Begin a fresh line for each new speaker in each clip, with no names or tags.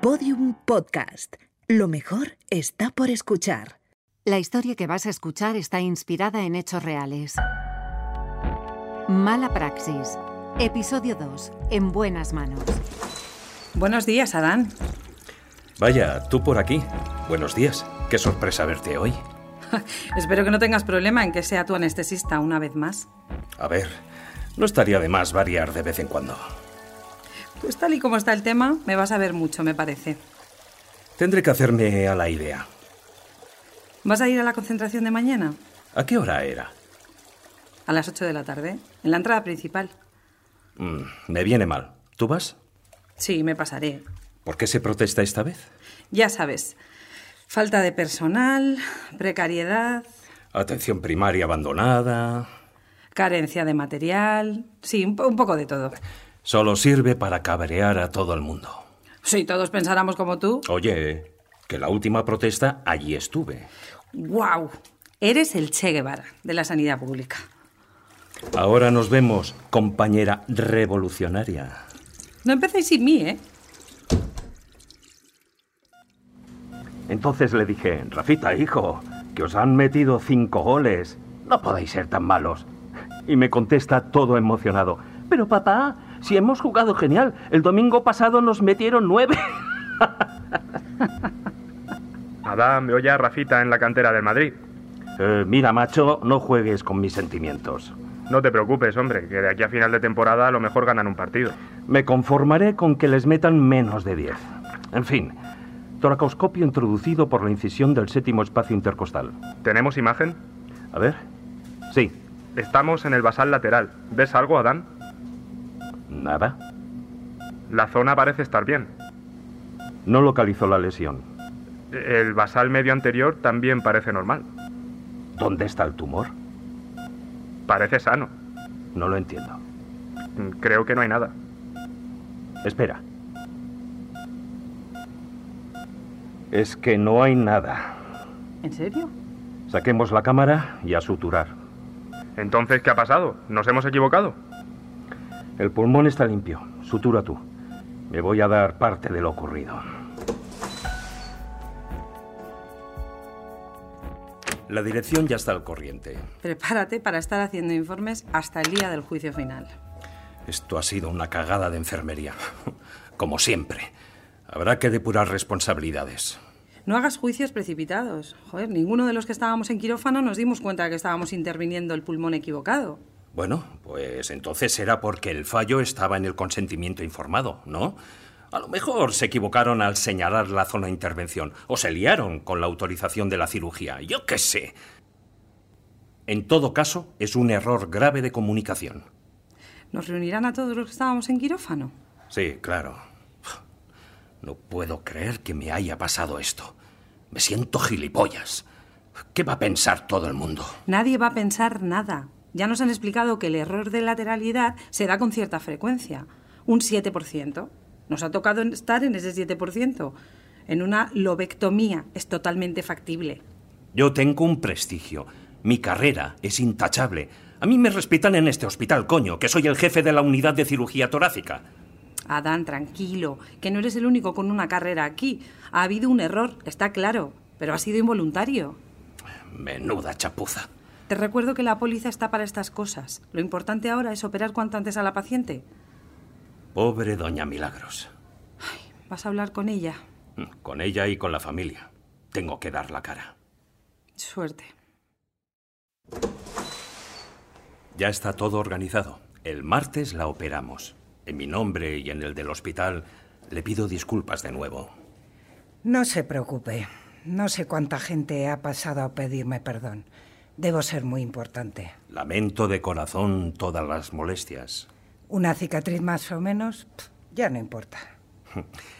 Podium Podcast. Lo mejor está por escuchar.
La historia que vas a escuchar está inspirada en hechos reales. Mala Praxis. Episodio 2. En buenas manos.
Buenos días, Adán.
Vaya, tú por aquí. Buenos días. Qué sorpresa verte hoy.
Espero que no tengas problema en que sea tu anestesista una vez más.
A ver, no estaría de más variar de vez en cuando.
Pues tal y como está el tema, me vas a ver mucho, me parece.
Tendré que hacerme a la idea.
¿Vas a ir a la concentración de mañana?
¿A qué hora era?
A las 8 de la tarde, en la entrada principal.
Mm, me viene mal. ¿Tú vas?
Sí, me pasaré.
¿Por qué se protesta esta vez?
Ya sabes, falta de personal, precariedad,
Atención primaria abandonada.
carencia de material, sí, un, po- un poco de todo.
Solo sirve para cabrear a todo el mundo.
Si todos pensáramos como tú,
Oye, que la última protesta allí estuve.
¡guau! Eres el Che Guevara de la sanidad pública.
Ahora nos vemos, compañera revolucionaria.
No empecéis sin mí, ¿eh?
Entonces le dije, Rafita, hijo, que os han metido cinco goles. No podéis ser tan malos. Y me contesta todo emocionado. Pero papá, si hemos jugado genial, el domingo pasado nos metieron nueve.
Adán me oye a Rafita en la cantera del Madrid.
Eh, mira, macho, no juegues con mis sentimientos.
No te preocupes, hombre, que de aquí a final de temporada a lo mejor ganan un partido.
Me conformaré con que les metan menos de diez. En fin, toracoscopio introducido por la incisión del séptimo espacio intercostal.
¿Tenemos imagen?
A ver. Sí,
Estamos en el basal lateral. ¿Ves algo, Adán?
nada.
La zona parece estar bien.
No localizó la lesión.
El basal medio anterior también parece normal.
¿Dónde está el tumor?
Parece sano. Mm,
No lo entiendo.
Creo que no hay nada.
Espera. Es que no hay nada.
¿En serio?
Saquemos la cámara y a suturar.
Entonces, ¿qué ha pasado? ¿Nos hemos equivocado?
El pulmón está limpio. Sutura tú. Me voy a dar parte de lo ocurrido. La dirección ya está al corriente.
Prepárate para estar haciendo informes hasta el día del juicio final.
Esto ha sido una cagada de enfermería. Como siempre. Habrá que depurar responsabilidades.
No hagas juicios precipitados. Joder, ninguno de los que estábamos en quirófano nos dimos cuenta de que estábamos interviniendo el pulmón equivocado.
Bueno, pues entonces era porque el fallo estaba en el consentimiento informado, ¿no? A lo mejor se equivocaron al señalar la zona de intervención o se liaron con la autorización de la cirugía, yo qué sé. En todo caso, es un error grave de comunicación.
¿Nos reunirán a todos los que estábamos en quirófano?
Sí, claro. No puedo creer que me haya pasado esto. Me siento gilipollas. ¿Qué va a pensar todo el mundo?
Nadie va a pensar nada. Ya nos han explicado que el error de lateralidad se da con cierta frecuencia, un 7%. Nos ha tocado estar en ese 7%. En una lobectomía es totalmente factible.
Yo tengo un prestigio. Mi carrera es intachable. A mí me respetan en este hospital, coño, que soy el jefe de la unidad de cirugía torácica.
Adán, tranquilo, que no eres el único con una carrera aquí. Ha habido un error, está claro, pero ha sido involuntario.
Menuda chapuza.
Te recuerdo que la póliza está para estas cosas. Lo importante ahora es operar cuanto antes a la paciente.
Pobre doña Milagros.
Vas a hablar con ella.
Con ella y con la familia. Tengo que dar la cara.
Suerte.
Ya está todo organizado. El martes la operamos. En mi nombre y en el del hospital le pido disculpas de nuevo.
No se preocupe. No sé cuánta gente ha pasado a pedirme perdón. Debo ser muy importante.
Lamento de corazón todas las molestias.
Una cicatriz más o menos, pf, ya no importa.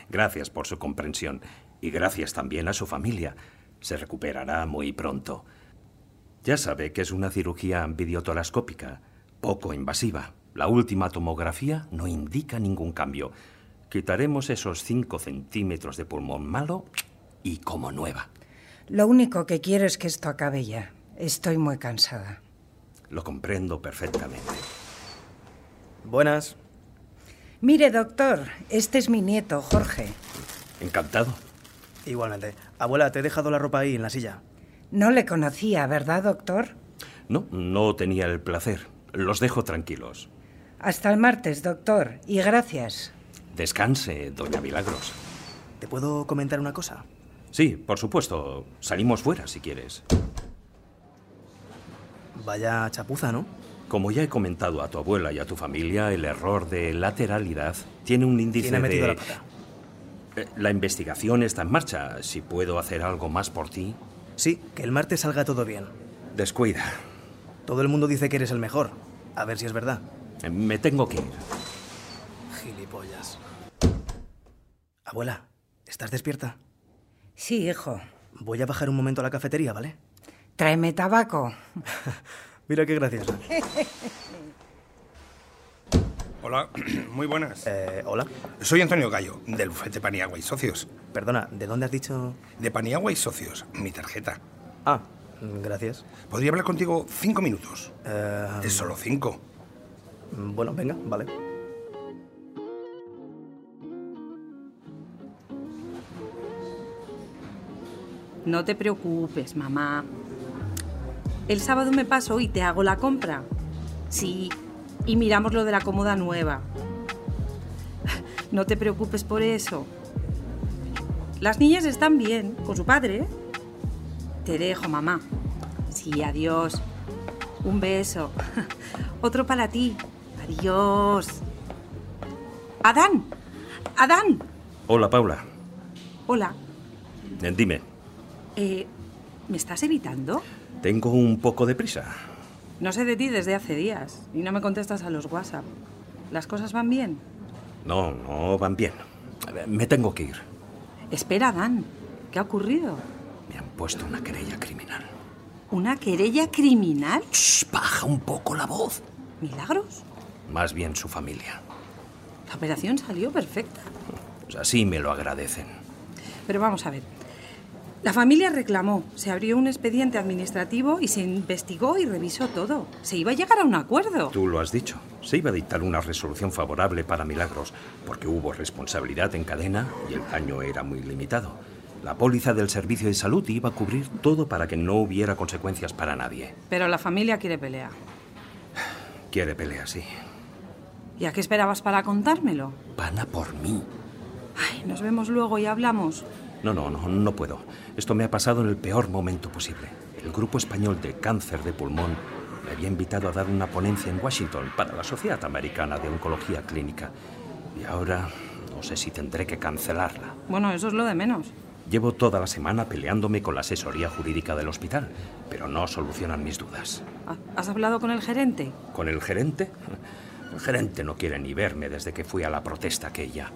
Gracias por su comprensión y gracias también a su familia. Se recuperará muy pronto. Ya sabe que es una cirugía ambidiotorascópica, poco invasiva. La última tomografía no indica ningún cambio. Quitaremos esos 5 centímetros de pulmón malo y como nueva.
Lo único que quiero es que esto acabe ya. Estoy muy cansada.
Lo comprendo perfectamente.
Buenas.
Mire, doctor, este es mi nieto, Jorge.
Encantado.
Igualmente. Abuela, te he dejado la ropa ahí en la silla.
No le conocía, ¿verdad, doctor?
No, no tenía el placer. Los dejo tranquilos.
Hasta el martes, doctor, y gracias.
Descanse, doña Milagros.
¿Te puedo comentar una cosa?
Sí, por supuesto. Salimos fuera si quieres.
Vaya chapuza, ¿no?
Como ya he comentado a tu abuela y a tu familia, el error de lateralidad tiene un índice
¿Quién ha metido
de...
la pata?
Eh, La investigación está en marcha. Si puedo hacer algo más por ti.
Sí, que el martes salga todo bien.
Descuida.
Todo el mundo dice que eres el mejor. A ver si es verdad.
Eh, Me tengo que ir.
Gilipollas. Abuela, ¿estás despierta?
Sí, hijo.
Voy a bajar un momento a la cafetería, ¿vale?
Tráeme tabaco.
Mira qué graciosa.
Hola, muy buenas.
Eh, hola.
Soy Antonio Gallo, del bufete Paniagua y Socios.
Perdona, ¿de dónde has dicho...?
De Paniagua y Socios, mi tarjeta.
Ah, gracias.
Podría hablar contigo cinco minutos.
Eh,
Es solo cinco.
Bueno, venga, vale.
No te preocupes, mamá. El sábado me paso y te hago la compra. Sí, y miramos lo de la cómoda nueva. No te preocupes por eso. Las niñas están bien, con su padre. ¿eh? Te dejo, mamá. Sí, adiós. Un beso. Otro para ti. Adiós. Adán. Adán.
Hola, Paula.
Hola.
Eh, Dime,
Eh, ¿Me estás evitando?
tengo un poco de prisa.
No sé de ti desde hace días y no me contestas a los WhatsApp. ¿Las cosas van bien?
No, no van bien. Eh, Me tengo que ir.
Espera, Dan. ¿Qué ha ocurrido?
Me han puesto una querella criminal.
¿Una querella criminal?
Shh, baja un poco la voz.
¿Milagros?
Más bien su familia.
La operación salió perfecta.
Pues así me lo agradecen.
Pero vamos a ver. La familia reclamó, se abrió un expediente administrativo y se investigó y revisó todo. Se iba a llegar a un acuerdo.
Tú lo has dicho. Se iba a dictar una resolución favorable para Milagros, porque hubo responsabilidad en cadena y el daño era muy limitado. La póliza del servicio de salud iba a cubrir todo para que no hubiera consecuencias para nadie.
Pero la familia quiere pelea.
Quiere pelea, sí.
¿Y a qué esperabas para contármelo?
Van a Ah, por mí.
Ay, nos vemos luego y hablamos.
No, no, no, no puedo. Esto me ha pasado en el peor momento posible. El Grupo Español de Cáncer de Pulmón me había invitado a dar una ponencia en Washington para la Sociedad Americana de Oncología Clínica. Y ahora no sé si tendré que cancelarla.
Bueno, eso es lo de menos.
Llevo toda la semana peleándome con la asesoría jurídica del hospital, pero no solucionan mis dudas.
Ah, ¿Has hablado con el gerente?
¿Con el gerente? El gerente no quiere ni verme desde que fui a la protesta aquella.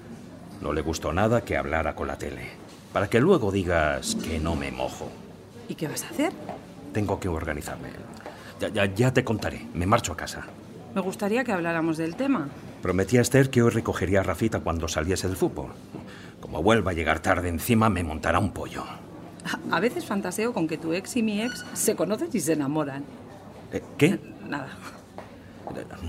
No le gustó nada que hablara con la tele. Para que luego digas que no me mojo.
¿Y qué vas a hacer?
Tengo que organizarme. Ya, ya, ya te contaré. Me marcho a casa.
Me gustaría que habláramos del tema.
Prometí a Esther que hoy recogería a Rafita cuando saliese del fútbol. Como vuelva a llegar tarde encima, me montará un pollo.
A- A veces fantaseo con que tu ex y mi ex se conocen y se enamoran.
Eh, ¿Qué?
Nada.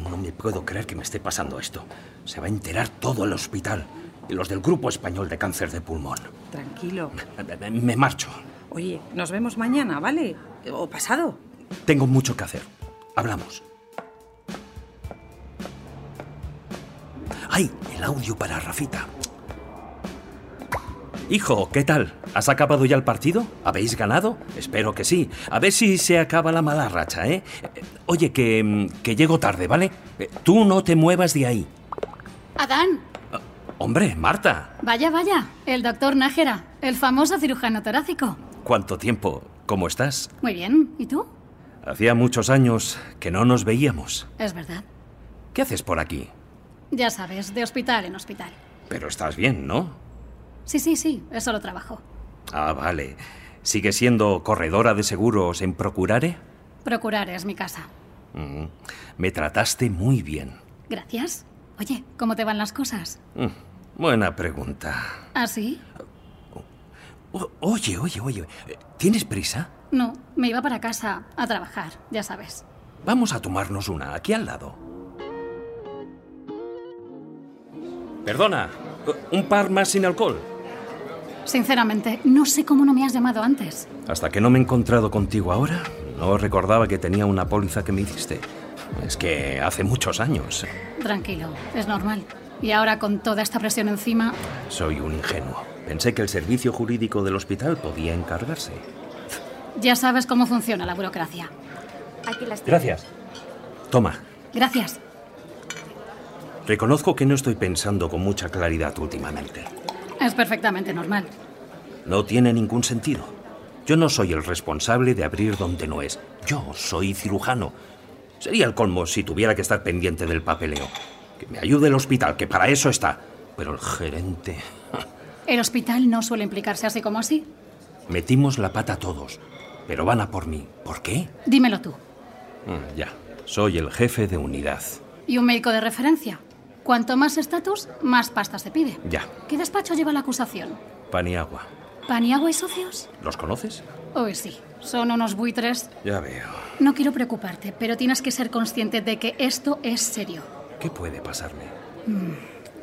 No me puedo creer que me esté pasando esto. Se va a enterar todo el hospital y los del Grupo Español de Cáncer de Pulmón.
Tranquilo.
Me- Me marcho.
Oye, nos vemos mañana, ¿vale? O pasado.
Tengo mucho que hacer. Hablamos. ¡Ay! El audio para Rafita. Hijo, ¿qué tal? ¿Has acabado ya el partido? ¿Habéis ganado? Espero que sí. A ver si se acaba la mala racha, ¿eh? Eh, Oye, que, mm, que llego tarde, ¿vale? Eh, Tú no te muevas de ahí.
Adán,
Ah, Hombre, Marta,
vaya, vaya, el doctor Nájera, el famoso cirujano torácico.
¿cuánto tiempo? ¿Cómo estás?
Muy bien, ¿y tú?
Hacía muchos años que no nos veíamos.
Es verdad.
¿Qué haces por aquí?
Ya sabes, de hospital en hospital.
Pero estás bien, ¿no?
Sí, sí, sí, es solo trabajo.
Ah, vale. ¿Sigue siendo corredora de seguros en Procurare?
Procurar es mi casa.
Mm, Me trataste muy bien.
Gracias. Oye, ¿cómo te van las cosas? ¿Ah,
Mm, Buena pregunta.
¿Así?
O- oye, oye, oye. eh, ¿Tienes prisa?
no, me iba para casa a trabajar, ya sabes.
Vamos a tomarnos una aquí al lado. Perdona, eh, un par más sin alcohol.
Sinceramente, no sé cómo no me has llamado antes.
Hasta que no me he encontrado contigo ahora, no recordaba que tenía una póliza que me hiciste. Es que hace muchos años.
Tranquilo, es normal. Y ahora con toda esta presión encima,
Soy un ingenuo. Pensé que el servicio jurídico del hospital podía encargarse.
ya sabes cómo funciona la burocracia.
Aquí las tienes.
Gracias. Toma,
Gracias.
reconozco que no estoy pensando con mucha claridad últimamente.
Es perfectamente normal.
No tiene ningún sentido. Yo no soy el responsable de abrir donde no es. Yo soy cirujano. Sería el colmo si tuviera que estar pendiente del papeleo. Que me ayude el hospital, que para eso está. Pero el gerente...
El hospital no suele implicarse así como así.
Metimos la pata todos, pero van a por mí. ¿Por qué?
Dímelo tú.
Mm, ya, soy el jefe de unidad.
¿Y un médico de referencia? Cuanto más estatus, más pasta se pide.
Ya,
¿Qué despacho lleva la acusación?
Paniagua.
¿Paniagua y socios?
¿Los conoces?
Hoy sí, son unos buitres.
Ya veo.
No quiero preocuparte, pero tienes que ser consciente de que esto es serio. Mm.
¿Qué puede pasarme?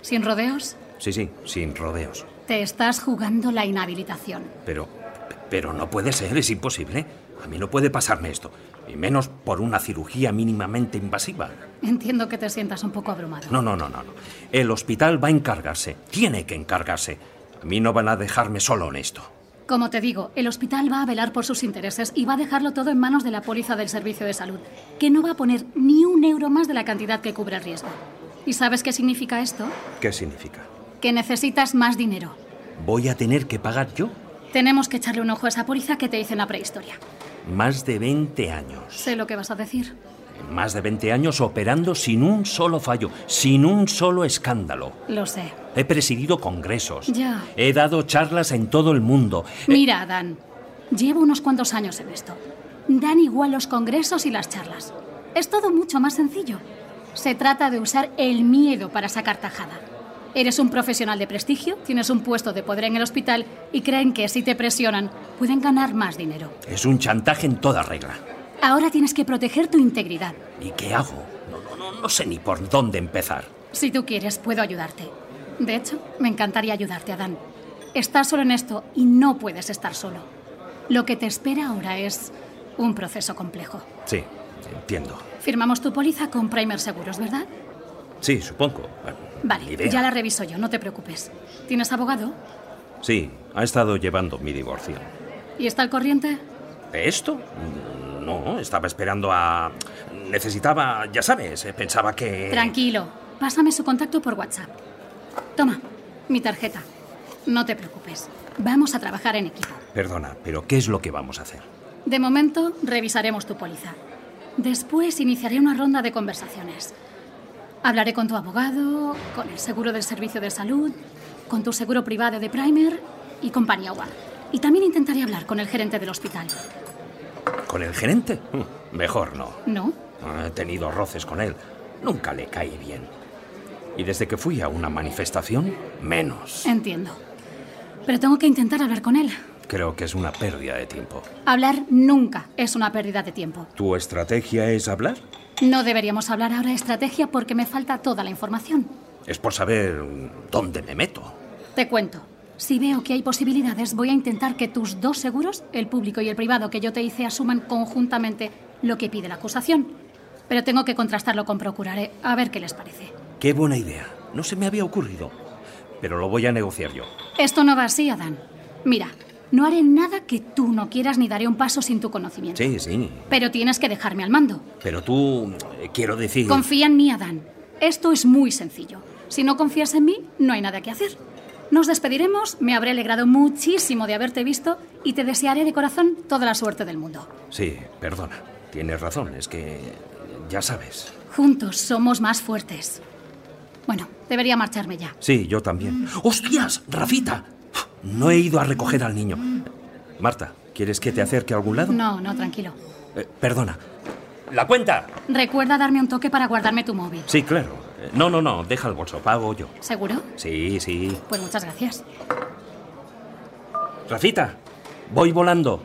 Sin rodeos,
Sí, sí, sin rodeos.
te estás jugando la inhabilitación.
Pero, pero no puede ser, es imposible. A mí no puede pasarme esto. Y menos por una cirugía mínimamente invasiva.
Entiendo que te sientas un poco abrumado.
No, no, no, no. no. El hospital va a encargarse. Tiene que encargarse. A mí no van a dejarme solo en esto.
Como te digo, el hospital va a velar por sus intereses y va a dejarlo todo en manos de la póliza del servicio de salud, que no va a poner ni un euro más de la cantidad que cubre el riesgo. ¿Y sabes qué significa esto?
¿Qué significa?
Que necesitas más dinero.
¿Voy a tener que pagar yo?
Tenemos que echarle un ojo a esa póliza que te hice en la prehistoria.
Más de 20 años.
Sé lo que vas a decir.
Más de 20 años operando sin un solo fallo, sin un solo escándalo.
Lo sé.
He presidido congresos.
Ya.
He dado charlas en todo el mundo.
Mira, Dan, llevo unos cuantos años en esto. Dan igual los congresos y las charlas. Es todo mucho más sencillo. Se trata de usar el miedo para sacar tajada. Eres un profesional de prestigio, tienes un puesto de poder en el hospital y creen que si te presionan pueden ganar más dinero.
Es un chantaje en toda regla.
Ahora tienes que proteger tu integridad.
¿Y qué hago? No, no, no, no sé ni por dónde empezar.
Si tú quieres, puedo ayudarte. De hecho, me encantaría ayudarte, Adán. Estás solo en esto y no puedes estar solo. Lo que te espera ahora es un proceso complejo.
Sí, entiendo.
Firmamos tu póliza con Primer Seguros, ¿verdad?
Sí, supongo. Bueno, ni
Vale,
idea.
ya la reviso yo, no te preocupes. ¿Tienes abogado?
Sí, ha estado llevando mi divorcio.
¿Y está al corriente?
¿De esto? Mm, No, estaba esperando a... Necesitaba, ya sabes, eh, pensaba que...
Tranquilo, pásame su contacto por WhatsApp. Toma, mi tarjeta. No te preocupes, vamos a trabajar en equipo.
Perdona, pero ¿qué es lo que vamos a hacer?
De momento, revisaremos tu póliza. Después iniciaré una ronda de conversaciones. Hablaré con tu abogado, con el seguro del servicio de salud, con tu seguro privado de Primer y con Paniagua. Y también intentaré hablar con el gerente del hospital.
¿Con el gerente? Mm, Mejor no.
¿No?
He tenido roces con él. Nunca le caí bien. Y desde que fui a una manifestación, menos.
Entiendo. Pero tengo que intentar hablar con él.
Creo que es una pérdida de tiempo.
Hablar nunca es una pérdida de tiempo.
¿Tu estrategia es hablar?
No deberíamos hablar ahora de estrategia porque me falta toda la información.
Es por saber dónde me meto.
Te cuento. Si veo que hay posibilidades, voy a intentar que tus dos seguros, el público y el privado que yo te hice, asuman conjuntamente lo que pide la acusación. Pero tengo que contrastarlo con Procuraré, a ver qué les parece.
Qué buena idea. No se me había ocurrido. Pero lo voy a negociar yo.
Esto no va así, Adán. Mira, no haré nada que tú no quieras ni daré un paso sin tu conocimiento.
Sí, sí.
Pero tienes que dejarme al mando.
Pero tú, eh, quiero decir...
Confía en mí, Adán. Esto es muy sencillo. Si no confías en mí, no hay nada que hacer. Nos despediremos, me habré alegrado muchísimo de haberte visto y te desearé de corazón toda la suerte del mundo.
Sí, perdona. Tienes razón. Es que... Ya sabes.
Juntos somos más fuertes. Bueno, debería marcharme ya.
Sí, yo también. ¡Hostias! ¡Rafita! No he ido a recoger al niño. Marta, ¿quieres que te acerque a algún lado?
No, no, tranquilo.
Eh, perdona. ¡La cuenta!
Recuerda darme un toque para guardarme tu móvil.
Sí, claro. Eh, No, no, no. Deja el bolso. Pago yo.
¿Seguro?
Sí, sí.
Pues muchas gracias.
Rafita, voy volando.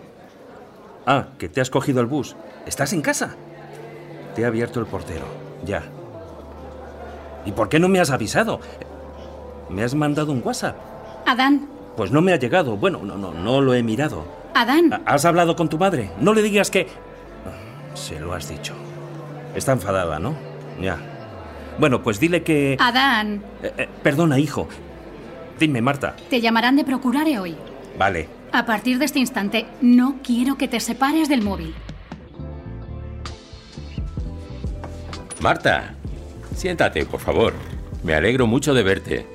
Ah, que te has cogido el bus. ¿Estás en casa? Te ha abierto el portero. Ya. ¿Y por qué no me has avisado? ¿Me has mandado un WhatsApp?
Adán,
Pues no me ha llegado. Bueno, no, no, no lo he mirado.
Adán,
Ha- ¿Has hablado con tu madre? No le digas que... Ah, Se lo has dicho. Está enfadada, ¿no? Ya. Bueno, pues dile que...
Ah. Adán,
Eh, eh, perdona, hijo. Dime, Marta.
te llamarán de Procurare hoy.
Vale.
A partir de este instante, no quiero que te separes del móvil.
Marta, siéntate, por favor. Me alegro mucho de verte.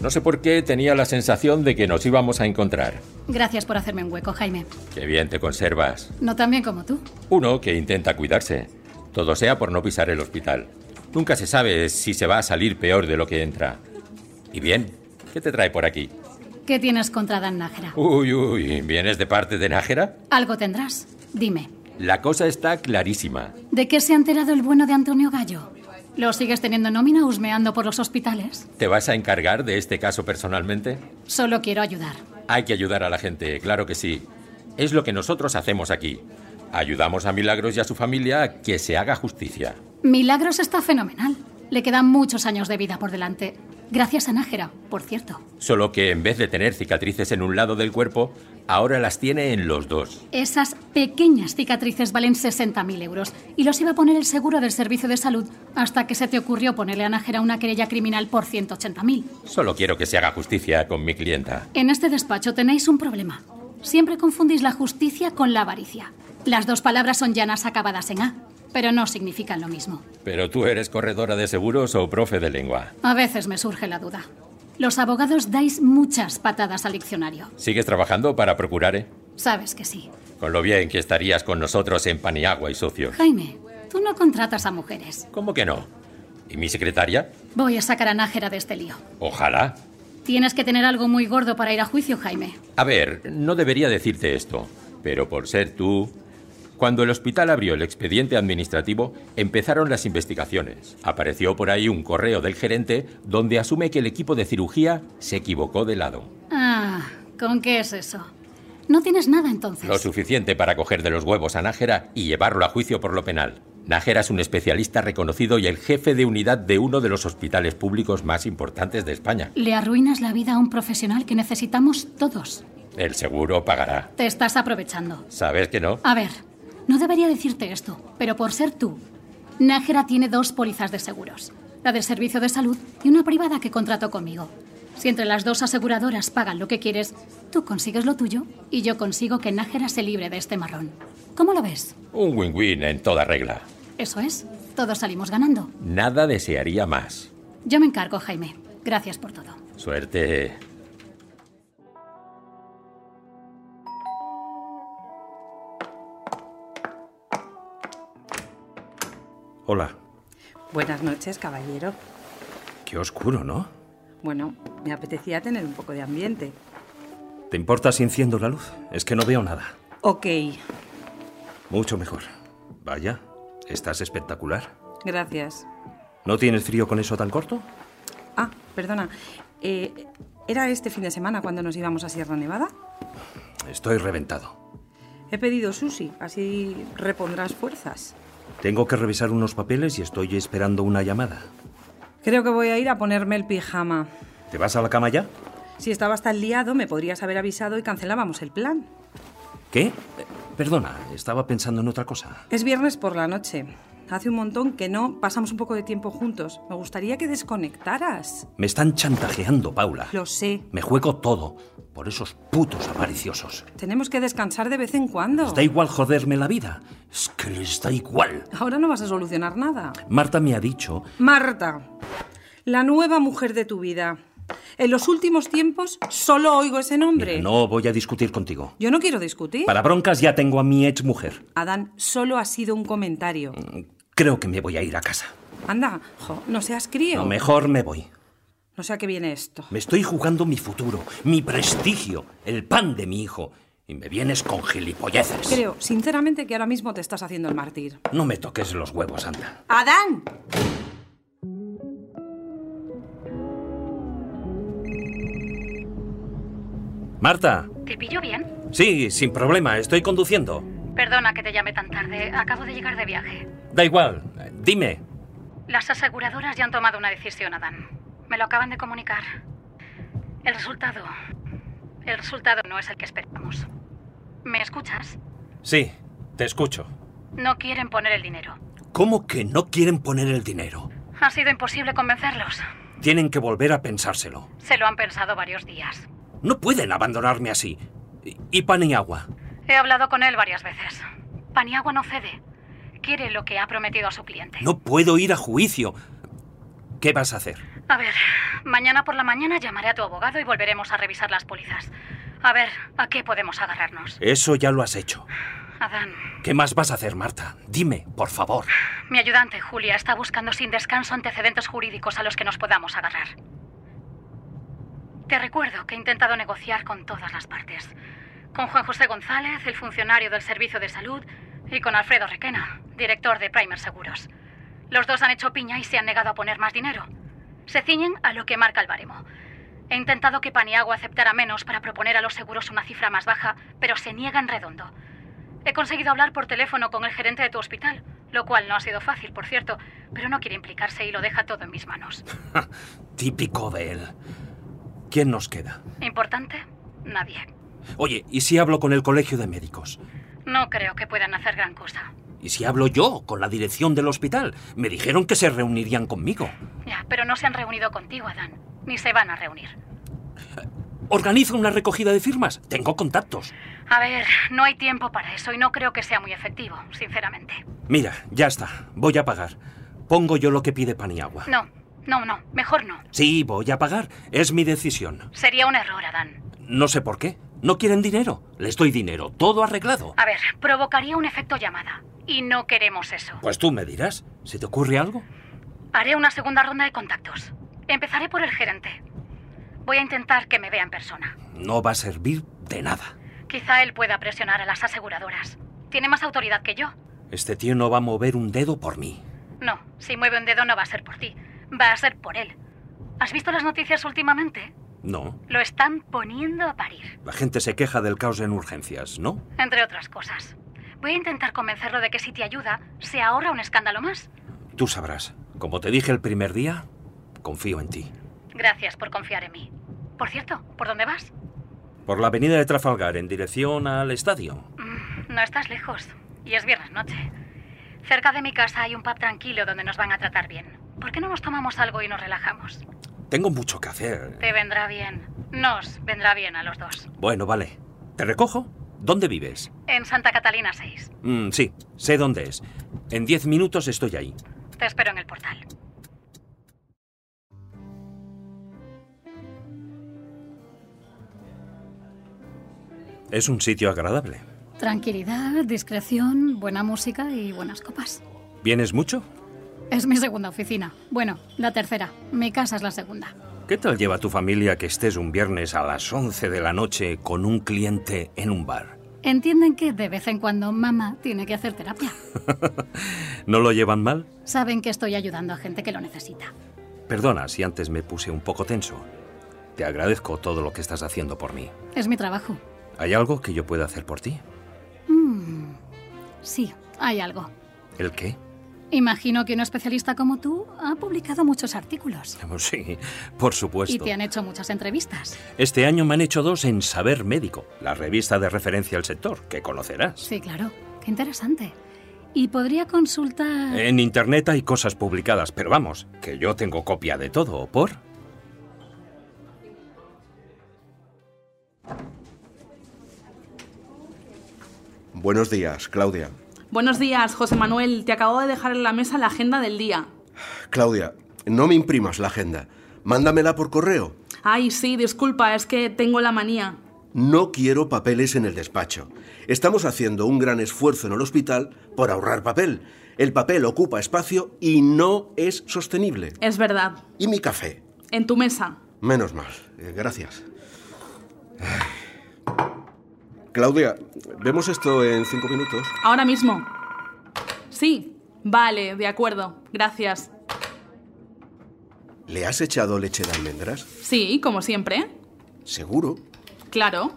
No sé por qué tenía la sensación de que nos íbamos a encontrar.
Gracias por hacerme un hueco, Jaime.
Qué bien te conservas.
No tan bien como tú.
Uno que intenta cuidarse. Todo sea por no pisar el hospital. Nunca se sabe si se va a salir peor de lo que entra. Y bien, ¿qué te trae por aquí?
¿Qué tienes contra Adán Nájera?
Uy, uy, ¿vienes de parte de Nájera?
Algo tendrás. Dime,
La cosa está clarísima.
¿de qué se ha enterado el bueno de Antonio Gallo? ¿Lo sigues teniendo nómina husmeando por los hospitales?
¿Te vas a encargar de este caso personalmente?
Solo quiero ayudar.
Hay que ayudar a la gente, claro que sí. Es lo que nosotros hacemos aquí. Ayudamos a Milagros y a su familia a que se haga justicia.
Milagros está fenomenal. Le quedan muchos años de vida por delante. Gracias a Nájera, por cierto.
Solo que en vez de tener cicatrices en un lado del cuerpo, ahora las tiene en los dos.
Esas pequeñas cicatrices valen 60.000 euros y los iba a poner el seguro del servicio de salud hasta que se te ocurrió ponerle a Nájera una querella criminal por 180.000.
Solo quiero que se haga justicia con mi clienta.
En este despacho tenéis un problema. Siempre confundís la justicia con la avaricia. Las dos palabras son llanas acabadas en A, pero no significan lo mismo.
Pero tú eres corredora de seguros o profe de lengua.
A veces me surge la duda. Los abogados dais muchas patadas al diccionario.
¿Sigues trabajando para procurar? eh?
Sabes que sí.
Con lo bien que estarías con nosotros en Paniagua y Socios.
Jaime, tú no contratas a mujeres.
¿Cómo que no? ¿Y mi secretaria?
Voy a sacar a Nájera de este lío.
Ojalá.
Tienes que tener algo muy gordo para ir a juicio, Jaime.
A ver, no debería decirte esto, pero por ser tú... Cuando el hospital abrió el expediente administrativo, empezaron las investigaciones. Apareció por ahí un correo del gerente donde asume que el equipo de cirugía se equivocó de lado.
Ah, ¿con qué es eso? No tienes nada entonces.
Lo suficiente para coger de los huevos a Nájera y llevarlo a juicio por lo penal. Nájera es un especialista reconocido y el jefe de unidad de uno de los hospitales públicos más importantes de España.
Le arruinas la vida a un profesional que necesitamos todos.
El seguro pagará.
Te estás aprovechando.
¿Sabes que no?
A ver, no debería decirte esto, pero por ser tú, Nájera tiene dos pólizas de seguros. La del servicio de salud y una privada que contrató conmigo. Si entre las dos aseguradoras pagan lo que quieres, tú consigues lo tuyo y yo consigo que Nájera se libre de este marrón. ¿Cómo lo ves?
Un win-win en toda regla.
Eso es, todos salimos ganando.
Nada desearía más.
Yo me encargo, Jaime. Gracias por todo.
Suerte.
Hola.
Buenas noches, caballero.
Qué oscuro, ¿no?
Bueno, me apetecía tener un poco de ambiente.
¿Te importa si enciendo la luz? Es que no veo nada.
Ok,
Mucho mejor. Vaya, estás espectacular.
gracias.
¿No tienes frío con eso tan corto?
Ah, perdona. eh, ¿Era este fin de semana cuando nos íbamos a Sierra Nevada?
Estoy reventado.
He pedido sushi, así repondrás fuerzas.
Tengo que revisar unos papeles y estoy esperando una llamada.
Creo que voy a ir a ponerme el pijama.
¿Te vas a la cama ya?
Si estabas tan liado, me podrías haber avisado y cancelábamos el plan.
¿Qué? Eh, Perdona, estaba pensando en otra cosa.
Es viernes por la noche. Hace un montón que no pasamos un poco de tiempo juntos. Me gustaría que desconectaras.
Me están chantajeando, Paula.
Lo sé.
Me juego todo por esos putos avariciosos.
Tenemos que descansar de vez en cuando.
Les da igual joderme la vida. Es que les da igual.
Ahora no vas a solucionar nada.
Marta me ha dicho...
Marta, la nueva mujer de tu vida. En los últimos tiempos solo oigo ese nombre.
"Mira, no voy a discutir contigo.
Yo no quiero discutir.
Para broncas ya tengo a mi ex mujer.
Adán, solo ha sido un comentario.
Mm. Creo que me voy a ir a casa.
Anda, jo, no seas crío.
No, mejor me voy.
No sé a qué viene esto.
Me estoy jugando mi futuro, mi prestigio, el pan de mi hijo. Y me vienes con gilipolleces.
Creo, sinceramente, que ahora mismo te estás haciendo el mártir.
No me toques los huevos, anda.
¡Adán!
Marta.
¿Te pillo bien?
Sí, sin problema, estoy conduciendo.
Perdona que te llame tan tarde. Acabo de llegar de viaje.
Da igual, eh, dime.
Las aseguradoras ya han tomado una decisión, Adán. Me lo acaban de comunicar. El resultado. El resultado no es el que esperamos. ¿Me escuchas?
Sí, te escucho.
No quieren poner el dinero.
¿Cómo que no quieren poner el dinero?
Ha sido imposible convencerlos.
Tienen que volver a pensárselo.
Se lo han pensado varios días.
No pueden abandonarme así. Y, y Paniagua.
He hablado con él varias veces. Paniagua no cede. Quiere lo que ha prometido a su cliente.
No puedo ir a juicio. ¿Qué vas a hacer?
A ver, mañana por la mañana llamaré a tu abogado y volveremos a revisar las pólizas. A ver, ¿a qué podemos agarrarnos?
Eso ya lo has hecho.
Adán,
¿Qué más vas a hacer, Marta? Dime, por favor.
mi ayudante Julia está buscando sin descanso antecedentes jurídicos a los que nos podamos agarrar. Te recuerdo que he intentado negociar con todas las partes. Con Juan José González, el funcionario del Servicio de Salud, y con Alfredo Requena, director de Primer Seguros. Los dos han hecho piña y se han negado a poner más dinero. Se ciñen a lo que marca el baremo. He intentado que Paniagua aceptara menos para proponer a los seguros una cifra más baja, pero se niega en redondo. He conseguido hablar por teléfono con el gerente de tu hospital, lo cual no ha sido fácil, por cierto, pero no quiere implicarse y lo deja todo en mis manos.
Típico de él. ¿Quién nos queda?
¿Importante? Nadie.
Oye, ¿y si hablo con el colegio de médicos?
No creo que puedan hacer gran cosa.
¿Y si hablo yo con la dirección del hospital? Me dijeron que se reunirían conmigo.
Ya, pero no se han reunido contigo, Adán, ni se van a reunir.
Organizo una recogida de firmas. Tengo contactos.
A ver, no hay tiempo para eso y no creo que sea muy efectivo, sinceramente.
Mira, ya está. Voy a pagar. Pongo yo lo que pide Paniagua.
No, no, no, mejor no.
Sí, voy a pagar. Es mi decisión.
Sería un error, Adán.
No sé por qué. No quieren dinero. Les doy dinero. Todo arreglado.
A ver, provocaría un efecto llamada. Y no queremos eso.
Pues tú me dirás. ¿Se te ocurre algo?
Haré una segunda ronda de contactos. Empezaré por el gerente. Voy a intentar que me vea en persona.
No va a servir de nada.
Quizá él pueda presionar a las aseguradoras. Tiene más autoridad que yo.
Este tío no va a mover un dedo por mí.
No, si mueve un dedo no va a ser por ti. Va a ser por él. ¿Has visto las noticias últimamente?
No.
Lo están poniendo a parir.
La gente se queja del caos en urgencias, ¿no?
Entre otras cosas. Voy a intentar convencerlo de que si te ayuda, se ahorra un escándalo más.
Tú sabrás. Como te dije el primer día, confío en ti.
Gracias por confiar en mí. Por cierto, ¿por dónde vas?
Por la avenida de Trafalgar, en dirección al estadio.
Mm, No estás lejos. Y es viernes noche. Cerca de mi casa hay un pub tranquilo donde nos van a tratar bien. ¿Por qué no nos tomamos algo y nos relajamos?
Tengo mucho que hacer.
Te vendrá bien. Nos vendrá bien a los dos.
Bueno, vale. ¿Te recojo? ¿Dónde vives?
En Santa Catalina 6.
Mm, sí, sé dónde es. En diez minutos estoy ahí.
Te espero en el portal.
Es un sitio agradable.
Tranquilidad, discreción, buena música y buenas copas.
¿Vienes mucho?
Es mi segunda oficina. Bueno, la tercera. Mi casa es la segunda.
¿Qué tal lleva tu familia que estés un viernes a las 11 de la noche con un cliente en un bar?
Entienden que de vez en cuando mamá tiene que hacer terapia.
¿No lo llevan mal?
Saben que estoy ayudando a gente que lo necesita.
Perdona si antes me puse un poco tenso. Te agradezco todo lo que estás haciendo por mí.
Es mi trabajo.
¿Hay algo que yo pueda hacer por ti?
Mm, sí, hay algo.
¿El qué?
Imagino que un especialista como tú ha publicado muchos artículos.
Sí, por
Y
supuesto.
te han hecho muchas entrevistas.
Este año me han hecho dos en Saber Médico, la revista de referencia al sector, que conocerás.
Sí, claro. Qué interesante. Y podría consultar...
En Internet hay cosas publicadas, pero vamos, que yo tengo copia de todo, ¿por?
Buenos días, Claudia.
Buenos días, José Manuel. Te acabo de dejar en la mesa la agenda del día.
Claudia, no me imprimas la agenda. Mándamela por correo.
Ay, sí, disculpa, es que tengo la manía.
No quiero papeles en el despacho. Estamos haciendo un gran esfuerzo en el hospital por ahorrar papel. El papel ocupa espacio y no es sostenible.
Es verdad.
¿Y mi café?
En tu mesa.
Menos mal. Eh, Gracias. Claudia, ¿vemos esto en cinco minutos?
Ahora mismo. Sí. Vale, de acuerdo. Gracias.
¿Le has echado leche de almendras?
Sí, como siempre.
Seguro.
Claro.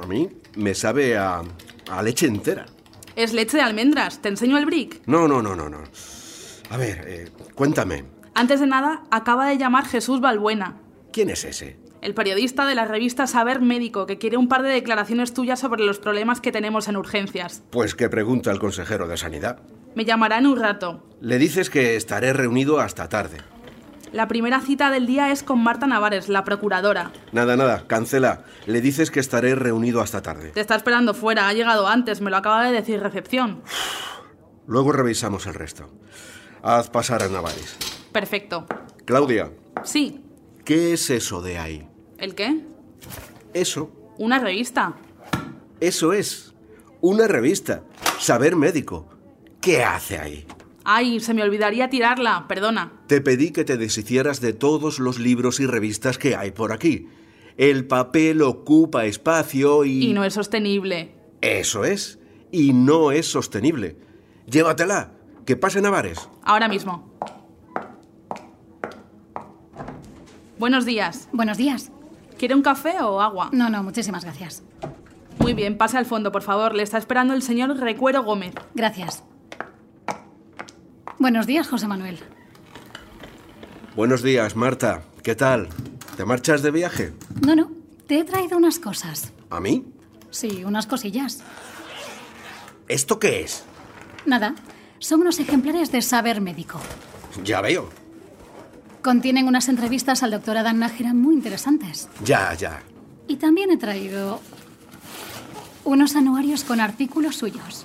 A mí me sabe a, a leche entera.
Es leche de almendras. Te enseño el brick.
No, no, no, no, no. A ver, eh, cuéntame,
Antes de nada, acaba de llamar Jesús Balbuena.
¿quién es ese?
el periodista de la revista Saber Médico, que quiere un par de declaraciones tuyas sobre los problemas que tenemos en urgencias.
Pues que pregunta al consejero de Sanidad.
Me llamarán un rato.
Le dices que estaré reunido hasta tarde.
La primera cita del día es con Marta Navares, la procuradora.
Nada, nada, cancela. Le dices que estaré reunido hasta tarde.
Te está esperando fuera, ha llegado antes, me lo acaba de decir recepción.
Luego revisamos el resto. Haz pasar a Navares.
Perfecto.
Claudia,
Sí,
¿qué es eso de ahí?
¿el qué?
Eso,
Una revista.
eso es. Una revista. Saber médico. ¿Qué hace ahí?
Ay, se me olvidaría tirarla, perdona.
Te pedí que te deshicieras de todos los libros y revistas que hay por aquí. El papel ocupa espacio y...
Y no es sostenible.
Eso es. Y no es sostenible. Llévatela. Que pase Navares.
Ahora mismo. Buenos días.
Buenos días.
¿Quiere un café o agua?
No, no, muchísimas gracias.
Muy bien, pase al fondo, por favor. Le está esperando el señor Recuero Gómez.
Gracias. Buenos días, José Manuel.
Buenos días, Marta. ¿Qué tal? ¿Te marchas de viaje?
No, no, te he traído unas cosas.
¿A mí?
Sí, unas cosillas.
¿Esto qué es?
Nada, son unos ejemplares de Saber Médico.
Ya veo.
Contienen unas entrevistas al doctor Adán Nájera muy interesantes.
Ya, ya.
Y también he traído unos anuarios con artículos suyos.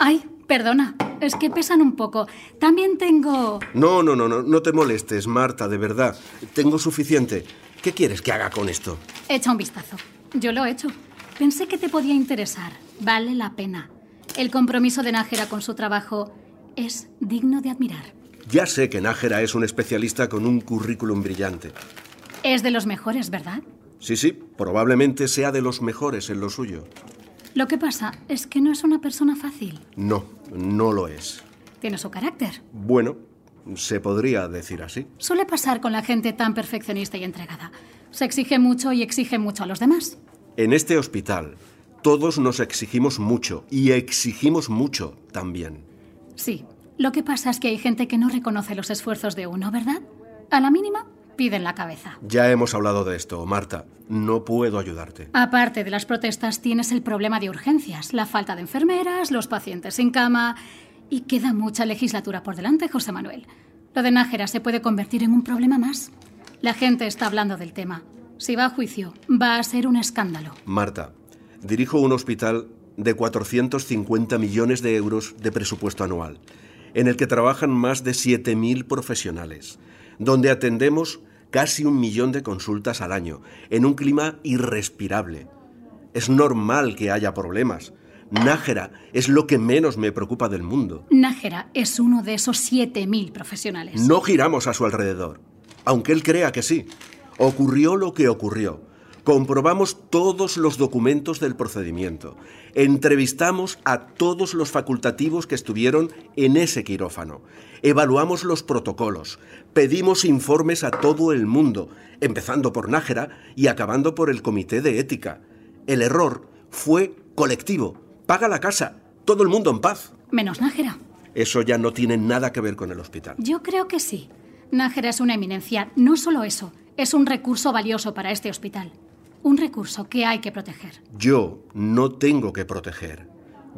Ay, perdona, es que pesan un poco. También tengo...
No, no, no, no, no te molestes, Marta, de verdad. Tengo suficiente. ¿Qué quieres que haga con esto?
Echa un vistazo. Yo lo he hecho. Pensé que te podía interesar. Vale la pena. El compromiso de Nájera con su trabajo es digno de admirar.
Ya sé que Nájera es un especialista con un currículum brillante.
Es de los mejores, ¿verdad?
Sí, sí, probablemente sea de los mejores en lo suyo.
Lo que pasa es que no es una persona fácil.
No, no lo es.
Tiene su carácter.
Bueno, se podría decir así.
Suele pasar con la gente tan perfeccionista y entregada. Se exige mucho y exige mucho a los demás.
En este hospital, todos nos exigimos mucho y exigimos mucho también.
Sí. Lo que pasa es que hay gente que no reconoce los esfuerzos de uno, ¿verdad? A la mínima, piden la cabeza.
Ya hemos hablado de esto, Marta. No puedo ayudarte.
Aparte de las protestas, tienes el problema de urgencias, la falta de enfermeras, los pacientes sin cama. Y queda mucha legislatura por delante, José Manuel. Lo de Nájera se puede convertir en un problema más. La gente está hablando del tema. Si va a juicio, va a ser un escándalo.
Marta, dirijo un hospital de 450 millones de euros de presupuesto anual, en el que trabajan más de 7.000 profesionales, donde atendemos casi un millón de consultas al año, en un clima irrespirable. Es normal que haya problemas. Nájera es lo que menos me preocupa del mundo.
Nájera es uno de esos 7.000 profesionales.
No giramos a su alrededor, aunque él crea que sí. Ocurrió lo que ocurrió. Comprobamos todos los documentos del procedimiento. Entrevistamos a todos los facultativos que estuvieron en ese quirófano. Evaluamos los protocolos. Pedimos informes a todo el mundo, empezando por Nájera y acabando por el Comité de Ética. El error fue colectivo. Paga la casa. Todo el mundo en paz.
Menos Nájera.
Eso ya no tiene nada que ver con el hospital.
Yo creo que sí. Nájera es una eminencia. No solo eso, es un recurso valioso para este hospital. Un recurso que hay que proteger.
Yo no tengo que proteger.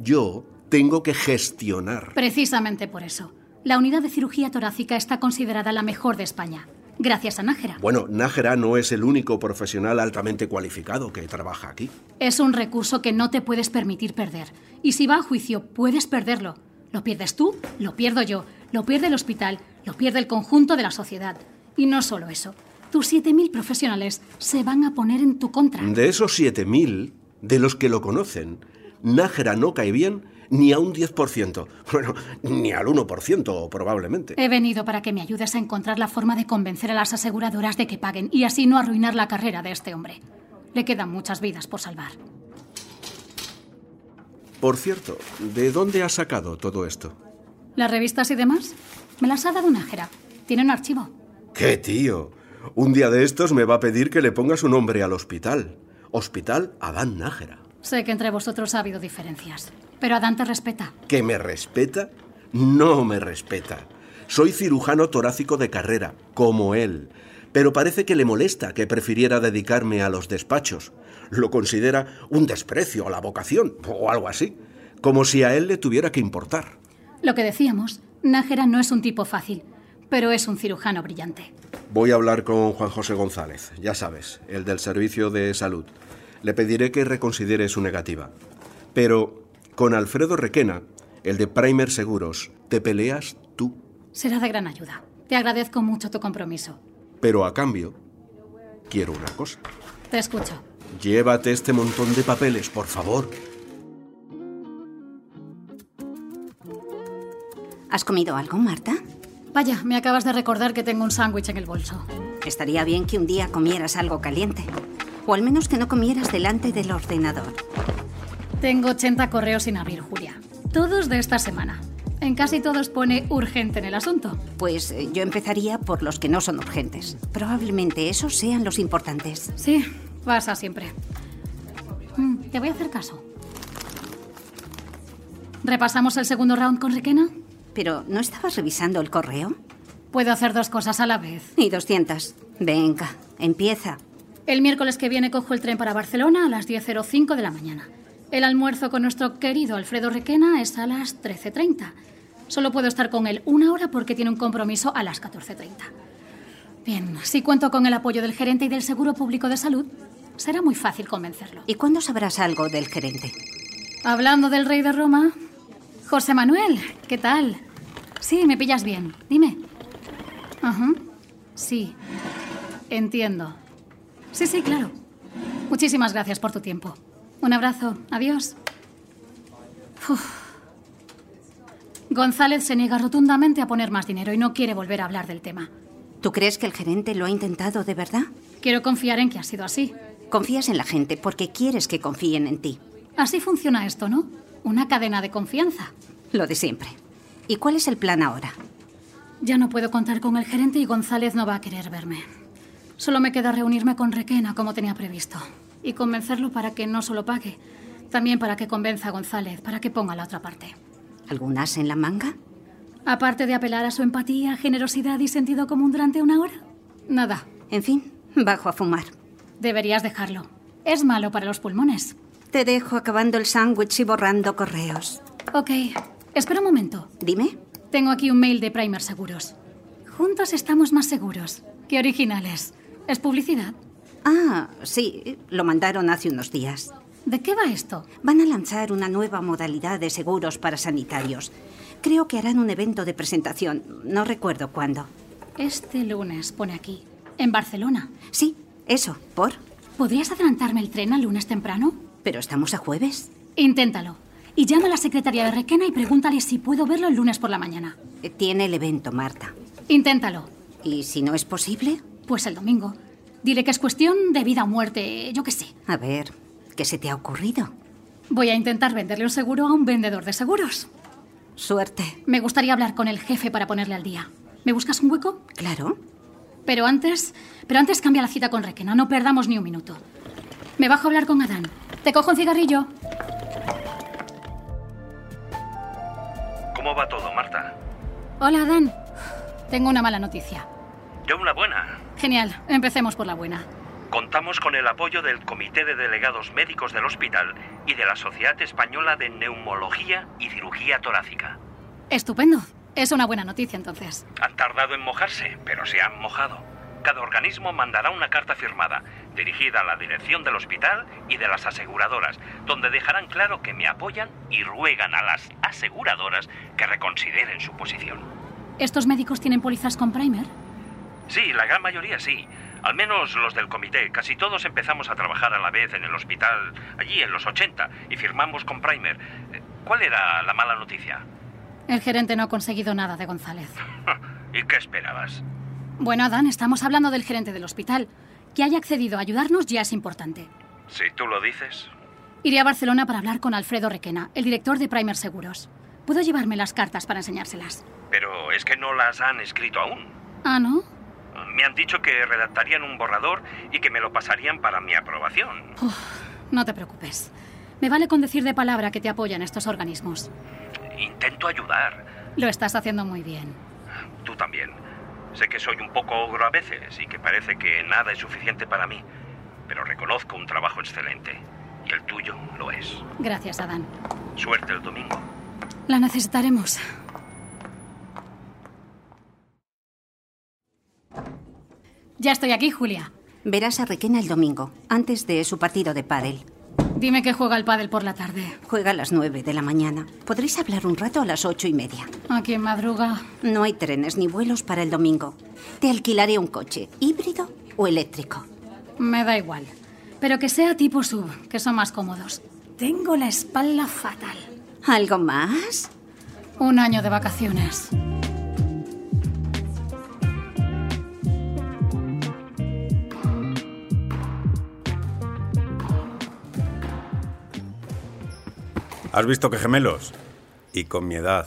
Yo tengo que gestionar.
Precisamente por eso. La unidad de cirugía torácica está considerada la mejor de España. Gracias a Nájera.
Bueno, Nájera no es el único profesional altamente cualificado que trabaja aquí.
Es un recurso que no te puedes permitir perder. Y si va a juicio, puedes perderlo. Lo pierdes tú, lo pierdo yo, lo pierde el hospital, lo pierde el conjunto de la sociedad. Y no solo eso. Tus 7.000 profesionales se van a poner en tu contra.
De esos 7.000, de los que lo conocen, Nájera no cae bien ni a un 10%. Bueno, ni al 1% probablemente.
He venido para que me ayudes a encontrar la forma de convencer a las aseguradoras de que paguen y así no arruinar la carrera de este hombre. Le quedan muchas vidas por salvar.
Por cierto, ¿de dónde has sacado todo esto?
¿Las revistas y demás? Me las ha dado Nájera. Tiene un archivo.
¡Qué tío! Un día de estos me va a pedir que le ponga su nombre al hospital. Hospital Adán Nájera.
Sé que entre vosotros ha habido diferencias, pero Adán te respeta.
¿Que me respeta? No me respeta. Soy cirujano torácico de carrera, como él. pero parece que le molesta que prefiriera dedicarme a los despachos. Lo considera un desprecio a la vocación o algo así, como si a él le tuviera que importar.
Lo que decíamos, Nájera no es un tipo fácil, pero es un cirujano brillante.
Voy a hablar con Juan José González, ya sabes, el del Servicio de Salud. Le pediré que reconsidere su negativa. Pero con Alfredo Requena, el de Primer Seguros, te peleas tú.
Será de gran ayuda. Te agradezco mucho tu compromiso.
Pero a cambio, quiero una cosa.
Te escucho.
Llévate este montón de papeles, por favor.
¿Has comido algo, Marta?
Vaya, me acabas de recordar que tengo un sándwich en el bolso.
Estaría bien que un día comieras algo caliente. O al menos que no comieras delante del ordenador.
Tengo 80 correos sin abrir, Julia. Todos de esta semana. En casi todos pone urgente en el asunto.
Pues eh, yo empezaría por los que no son urgentes. Probablemente esos sean los importantes.
Sí, pasa siempre. Mm, te voy a hacer caso. ¿Repasamos el segundo round con Requena?
Pero ¿no estabas revisando el correo?
Puedo hacer dos cosas a la vez.
Y 200. Venga, empieza.
El miércoles que viene cojo el tren para Barcelona a las 10.05 de la mañana. El almuerzo con nuestro querido Alfredo Requena es a las 13.30. Solo puedo estar con él una hora porque tiene un compromiso a las 14.30. Bien, si cuento con el apoyo del gerente y del Seguro Público de Salud, será muy fácil convencerlo.
¿Y cuándo sabrás algo del gerente?
Hablando del rey de Roma, José Manuel, ¿qué tal? Sí, me pillas bien. Dime. Ajá. Sí. Entiendo. Sí, sí, claro. Muchísimas gracias por tu tiempo. Un abrazo. Adiós. Uf. González se niega rotundamente a poner más dinero y no quiere volver a hablar del tema.
¿Tú crees que el gerente lo ha intentado de verdad?
Quiero confiar en que ha sido así.
Confías en la gente porque quieres que confíen en ti.
Así funciona esto, ¿no? Una cadena de confianza.
Lo de siempre. ¿Y cuál es el plan ahora?
Ya no puedo contar con el gerente y González no va a querer verme. Solo me queda reunirme con Requena como tenía previsto y convencerlo para que no solo pague, también para que convenza a González, para que ponga la otra parte.
¿Algunas en la manga?
Aparte de apelar a su empatía, generosidad y sentido común durante una hora. Nada.
En fin, bajo a fumar.
Deberías dejarlo. Es malo para los pulmones.
Te dejo acabando el sándwich y borrando correos.
Ok. Espera un momento.
Dime.
Tengo aquí un mail de Primer Seguros. Juntos estamos más seguros. Qué originales. ¿Es publicidad?
Ah, sí, lo mandaron hace unos días.
¿De qué va esto?
Van a lanzar una nueva modalidad de seguros para sanitarios. Creo que harán un evento de presentación, no recuerdo cuándo.
Este lunes, pone aquí. En Barcelona.
Sí, eso, ¿por?
¿Podrías adelantarme el tren al lunes temprano?
Pero estamos a jueves.
Inténtalo. Y llama a la secretaria de Requena y pregúntale si puedo verlo el lunes por la mañana.
Eh, Tiene el evento, Marta.
Inténtalo.
¿Y si no es posible?
Pues el domingo. Dile que es cuestión de vida o muerte, yo qué sé.
A ver, ¿qué se te ha ocurrido?
Voy a intentar venderle un seguro a un vendedor de seguros.
Suerte.
Me gustaría hablar con el jefe para ponerle al día. ¿Me buscas un hueco?
Claro.
Pero antes, pero antes cambia la cita con Requena, no perdamos ni un minuto. Me bajo a hablar con Adán. Te cojo un cigarrillo.
¿Cómo va todo, Marta?
Hola, Dan. Tengo una mala noticia.
Yo una buena.
Genial, empecemos por la buena.
Contamos con el apoyo del Comité de Delegados Médicos del Hospital y de la Sociedad Española de Neumología y Cirugía Torácica.
Estupendo. Es una buena noticia entonces.
Han tardado en mojarse, pero se han mojado. Cada organismo mandará una carta firmada, dirigida a la dirección del hospital y de las aseguradoras, donde dejarán claro que me apoyan y ruegan a las aseguradoras que reconsideren su posición.
¿Estos médicos tienen pólizas con primer?
Sí, la gran mayoría sí. Al menos los del comité. Casi todos empezamos a trabajar a la vez en el hospital, allí en los 80, y firmamos con Primer. Eh, ¿Cuál era la mala noticia?
El gerente no ha conseguido nada de González.
¿Y qué esperabas?
Bueno, Adán, estamos hablando del gerente del hospital. Que haya accedido a ayudarnos ya es importante.
Si tú lo dices.
Iré a Barcelona para hablar con Alfredo Requena, el director de Primer Seguros. Puedo llevarme las cartas para enseñárselas.
Pero es que no las han escrito aún.
Ah, ¿no?
Me han dicho que redactarían un borrador y que me lo pasarían para mi aprobación.
Uf, no te preocupes. Me vale con decir de palabra que te apoyan estos organismos.
Intento ayudar.
Lo estás haciendo muy bien.
Tú también.
Sé que soy un poco ogro a veces y que parece que nada es suficiente para mí, pero reconozco un trabajo excelente. Y el tuyo lo es.
Gracias, Adán.
Suerte el domingo.
La necesitaremos. Ya estoy aquí, Julia.
Verás a Requena el domingo, antes de su partido de pádel.
Dime que juega el pádel por la tarde.
Juega a las 9 de la mañana. Podréis hablar un rato a las ocho y media.
¿A quién madruga?
No hay trenes ni vuelos para el domingo. Te alquilaré un coche, híbrido o eléctrico.
Me da igual. Pero que sea tipo sub, que son más cómodos. Tengo la espalda fatal.
¿Algo más?
Un año de vacaciones.
Has visto que gemelos. Y con mi edad.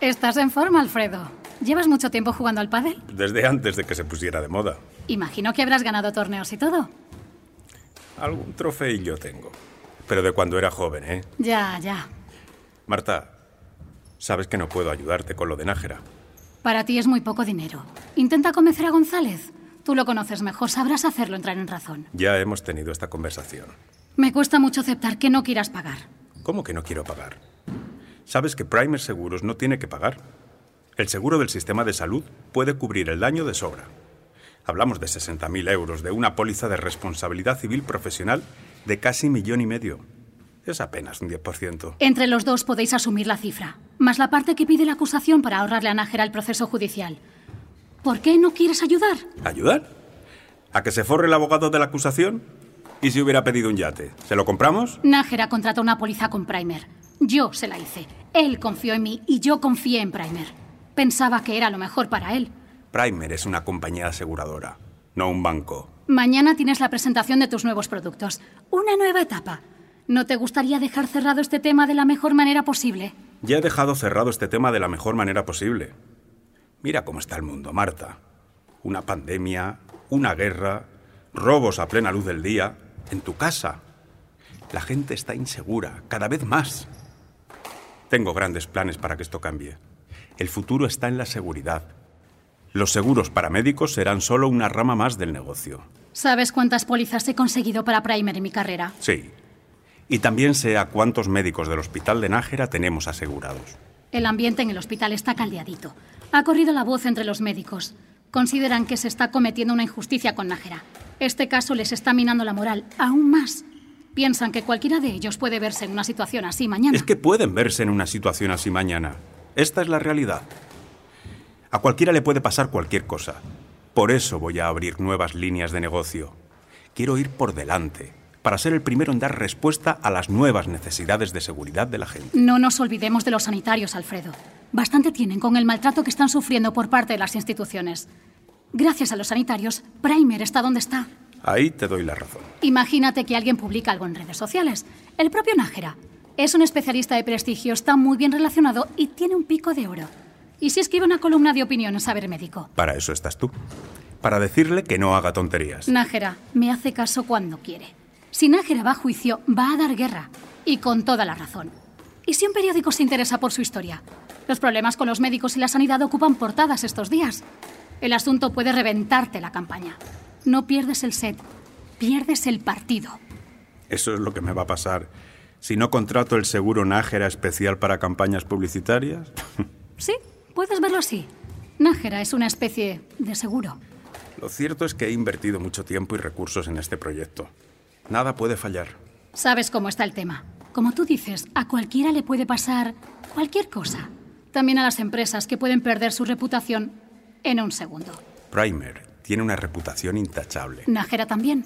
Estás en forma, Alfredo. ¿Llevas mucho tiempo jugando al pádel?
Desde antes de que se pusiera de moda.
Imagino que habrás ganado torneos y todo.
Algún trofeillo tengo. Pero de cuando era joven, ¿eh?
Ya, ya.
Marta, sabes que no puedo ayudarte con lo de Nájera.
Para ti es muy poco dinero. Intenta convencer a González. Tú lo conoces mejor, sabrás hacerlo entrar en razón.
Ya hemos tenido esta conversación.
Me cuesta mucho aceptar que no quieras pagar.
¿Cómo que no quiero pagar? ¿Sabes que Primer Seguros no tiene que pagar? El seguro del sistema de salud puede cubrir el daño de sobra. Hablamos de 60.000 euros, de una póliza de responsabilidad civil profesional de casi millón y medio. Es apenas un 10%.
Entre los dos podéis asumir la cifra, más la parte que pide la acusación para ahorrarle a Nájera el proceso judicial. ¿Por qué no quieres ayudar?
¿Ayudar? ¿A que se forre el abogado de la acusación? ¿Y si hubiera pedido un yate? ¿Se lo compramos?
Nájera contrató una póliza con Primer. Yo se la hice. Él confió en mí y yo confié en Primer. Pensaba que era lo mejor para él.
Primer es una compañía aseguradora, no un banco.
Mañana tienes la presentación de tus nuevos productos. Una nueva etapa. ¿No te gustaría dejar cerrado este tema de la mejor manera posible?
Ya he dejado cerrado este tema de la mejor manera posible. Mira cómo está el mundo, Marta. Una pandemia, una guerra, robos a plena luz del día, en tu casa. La gente está insegura, cada vez más. Tengo grandes planes para que esto cambie. El futuro está en la seguridad. Los seguros para médicos serán solo una rama más del negocio.
¿Sabes cuántas pólizas he conseguido para Primer en mi carrera?
Sí. Y también sé a cuántos médicos del Hospital de Nájera tenemos asegurados.
El ambiente en el hospital está caldeadito. Ha corrido la voz entre los médicos. Consideran que se está cometiendo una injusticia con Nájera. Este caso les está minando la moral, aún más. Piensan que cualquiera de ellos puede verse en una situación así mañana.
Es que pueden verse en una situación así mañana. Esta es la realidad. A cualquiera le puede pasar cualquier cosa. Por eso voy a abrir nuevas líneas de negocio. Quiero ir por delante, para ser el primero en dar respuesta a las nuevas necesidades de seguridad de la gente.
No nos olvidemos de los sanitarios, Alfredo. Bastante tienen con el maltrato que están sufriendo por parte de las instituciones. Gracias a los sanitarios, Primer está donde está.
Ahí te doy la razón.
Imagínate que alguien publica algo en redes sociales. El propio Nájera. Es un especialista de prestigio, está muy bien relacionado y tiene un pico de oro. Y si escribe una columna de opinión en Saber Médico.
Para eso estás tú. Para decirle que no haga tonterías.
Nájera me hace caso cuando quiere. Si Nájera va a juicio, va a dar guerra. Y con toda la razón. ¿Y si un periódico se interesa por su historia? Los problemas con los médicos y la sanidad ocupan portadas estos días. El asunto puede reventarte la campaña. No pierdes el set, pierdes el partido.
Eso es lo que me va a pasar. Si no contrato el seguro Nájera especial para campañas publicitarias.
Sí, puedes verlo así. Nájera es una especie de seguro.
Lo cierto es que he invertido mucho tiempo y recursos en este proyecto. Nada puede fallar.
Sabes cómo está el tema. Como tú dices, a cualquiera le puede pasar cualquier cosa. También a las empresas que pueden perder su reputación en un segundo.
Primer tiene una reputación intachable.
Nájera también.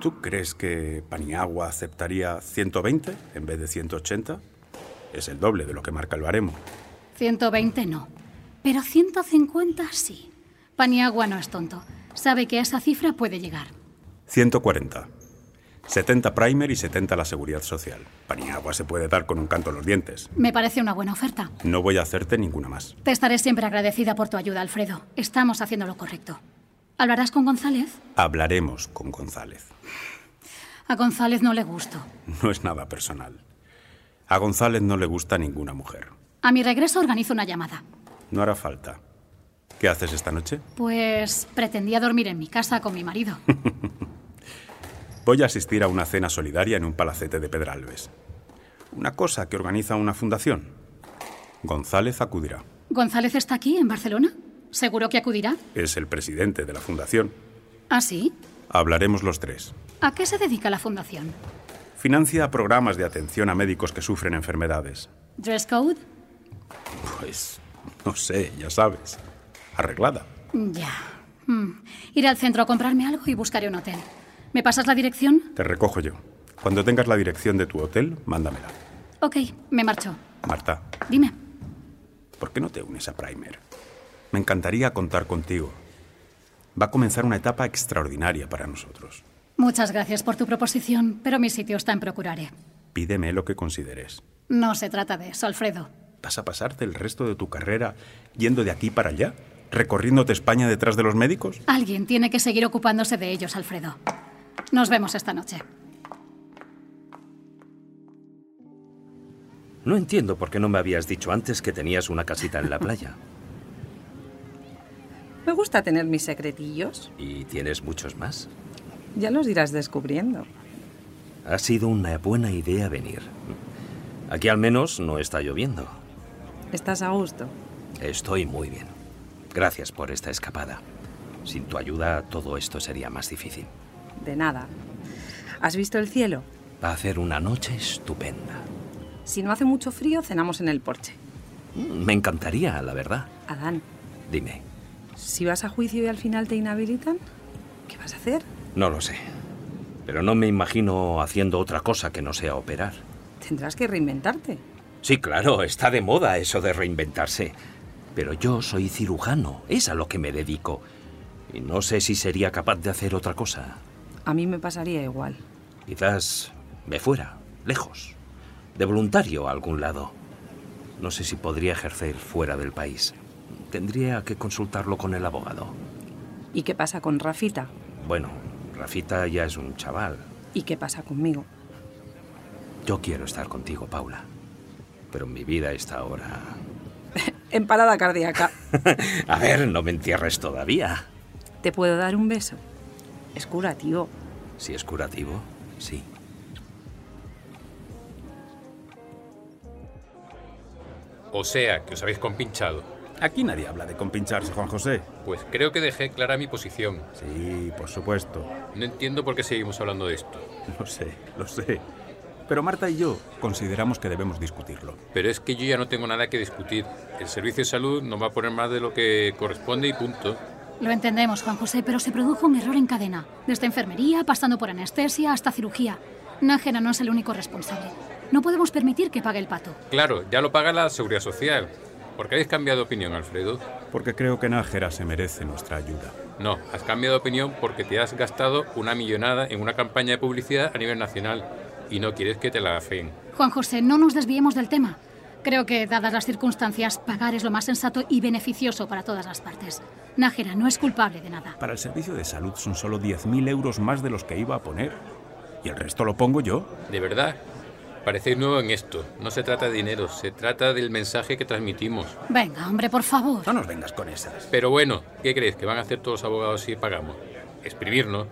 ¿Tú crees que Paniagua aceptaría 120 en vez de 180? Es el doble de lo que marca el baremo.
120 no, pero 150 sí. Paniagua no es tonto. Sabe que a esa cifra puede llegar.
140. 70 primer y 70 la seguridad social. Paniagua se puede dar con un canto en los dientes.
Me parece una buena oferta.
No voy a hacerte ninguna más.
Te estaré siempre agradecida por tu ayuda, Alfredo. Estamos haciendo lo correcto. ¿Hablarás con González?
Hablaremos con González.
A González no le gusto.
No es nada personal. A González no le gusta ninguna mujer.
A mi regreso organizo una llamada.
No hará falta. ¿Qué haces esta noche?
Pues pretendía dormir en mi casa con mi marido.
Voy a asistir a una cena solidaria en un palacete de Pedralbes. Una cosa que organiza una fundación. González acudirá.
¿González está aquí, en Barcelona? ¿Seguro que acudirá?
Es el presidente de la fundación.
¿Ah, sí?
Hablaremos los tres.
¿A qué se dedica la fundación?
Financia programas de atención a médicos que sufren enfermedades.
¿Dress code?
Pues, no sé, ya sabes. Arreglada.
Ya. Mm. Iré al centro a comprarme algo y buscaré un hotel. ¿Me pasas la dirección?
Te recojo yo. Cuando tengas la dirección de tu hotel, mándamela.
Ok, me marcho.
Marta,
Dime.
¿por qué no te unes a Primer? Me encantaría contar contigo. Va a comenzar una etapa extraordinaria para nosotros.
Muchas gracias por tu proposición, pero mi sitio está en Procuraré.
Pídeme lo que consideres.
No se trata de eso, Alfredo.
¿Vas a pasarte el resto de tu carrera yendo de aquí para allá? ¿Recorriéndote España detrás de los médicos?
Alguien tiene que seguir ocupándose de ellos, Alfredo. Nos vemos esta noche.
No entiendo por qué no me habías dicho antes que tenías una casita en la playa.
Me gusta tener mis secretillos.
¿Y tienes muchos más?
Ya los irás descubriendo.
Ha sido una buena idea venir. Aquí al menos no está lloviendo.
Estás a gusto.
Estoy muy bien. Gracias por esta escapada. Sin tu ayuda todo esto sería más difícil.
De nada. ¿Has visto el cielo?
Va a ser una noche estupenda.
Si no hace mucho frío, cenamos en el porche.
Mm, Me encantaría, la verdad.
Adán,
Dime,
si vas a juicio y al final te inhabilitan, ¿qué vas a hacer?
no lo sé. Pero no me imagino haciendo otra cosa que no sea operar.
Tendrás que reinventarte.
Sí, claro, está de moda eso de reinventarse. Pero yo soy cirujano, es a lo que me dedico. Y no sé si sería capaz de hacer otra cosa.
A mí me pasaría igual.
Quizás me fuera, lejos, de voluntario a algún lado. No sé si podría ejercer fuera del país. Tendría que consultarlo con el abogado.
¿Y qué pasa con Rafita?
Bueno, Rafita ya es un chaval.
¿Y qué pasa conmigo?
Yo quiero estar contigo, Paula. Pero mi vida está ahora...
En parada cardíaca.
A ver, no me entierres todavía.
¿Te puedo dar un beso? Es curativo.
Si es curativo, sí.
O sea, que os habéis compinchado.
Aquí nadie habla de compincharse, Juan José.
Pues creo que dejé clara mi posición.
Sí, por supuesto.
No entiendo por qué seguimos hablando de esto.
Lo sé, lo sé. Pero Marta y yo consideramos que debemos discutirlo.
Pero es que yo ya no tengo nada que discutir. El servicio de salud nos va a poner más de lo que corresponde y punto.
Lo entendemos, Juan José, pero se produjo un error en cadena. Desde enfermería, pasando por anestesia, hasta cirugía. Nájera no es el único responsable. No podemos permitir que pague el pato.
Claro, ya lo paga la seguridad social. ¿Por qué habéis cambiado de opinión, Alfredo?
Porque creo que Nájera se merece nuestra ayuda.
No, has cambiado de opinión porque te has gastado una millonada en una campaña de publicidad a nivel nacional y no quieres que te la hacen.
Juan José, no nos desviemos del tema. Creo que, dadas las circunstancias, pagar es lo más sensato y beneficioso para todas las partes. Nájera no es culpable de nada.
Para el servicio de salud son solo 10.000 euros más de los que iba a poner. Y el resto lo pongo yo.
De verdad, parecéis nuevo en esto. No se trata de dinero, se trata del mensaje que transmitimos.
Venga, hombre, por favor.
No nos vengas con esas.
Pero bueno, ¿qué crees que van a hacer todos los abogados si pagamos? Exprimirnos.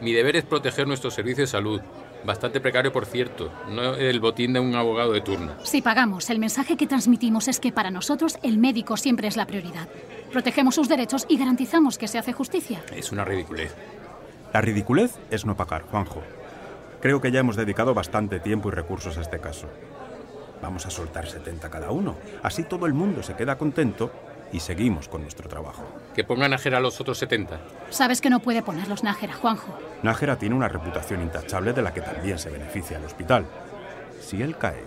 Mi deber es proteger nuestro servicio de salud. Bastante precario, por cierto. No el botín de un abogado de turno.
Si pagamos, el mensaje que transmitimos es que para nosotros el médico siempre es la prioridad. Protegemos sus derechos y garantizamos que se hace justicia.
Es una ridiculez.
La ridiculez es no pagar, Juanjo. Creo que ya hemos dedicado bastante tiempo y recursos a este caso. Vamos a soltar 70 cada uno. Así todo el mundo se queda contento y seguimos con nuestro trabajo.
Que pongan a Jera los otros 70.
Sabes que no puede ponerlos Nájera, Juanjo.
Nájera tiene una reputación intachable de la que también se beneficia el hospital. Si él cae,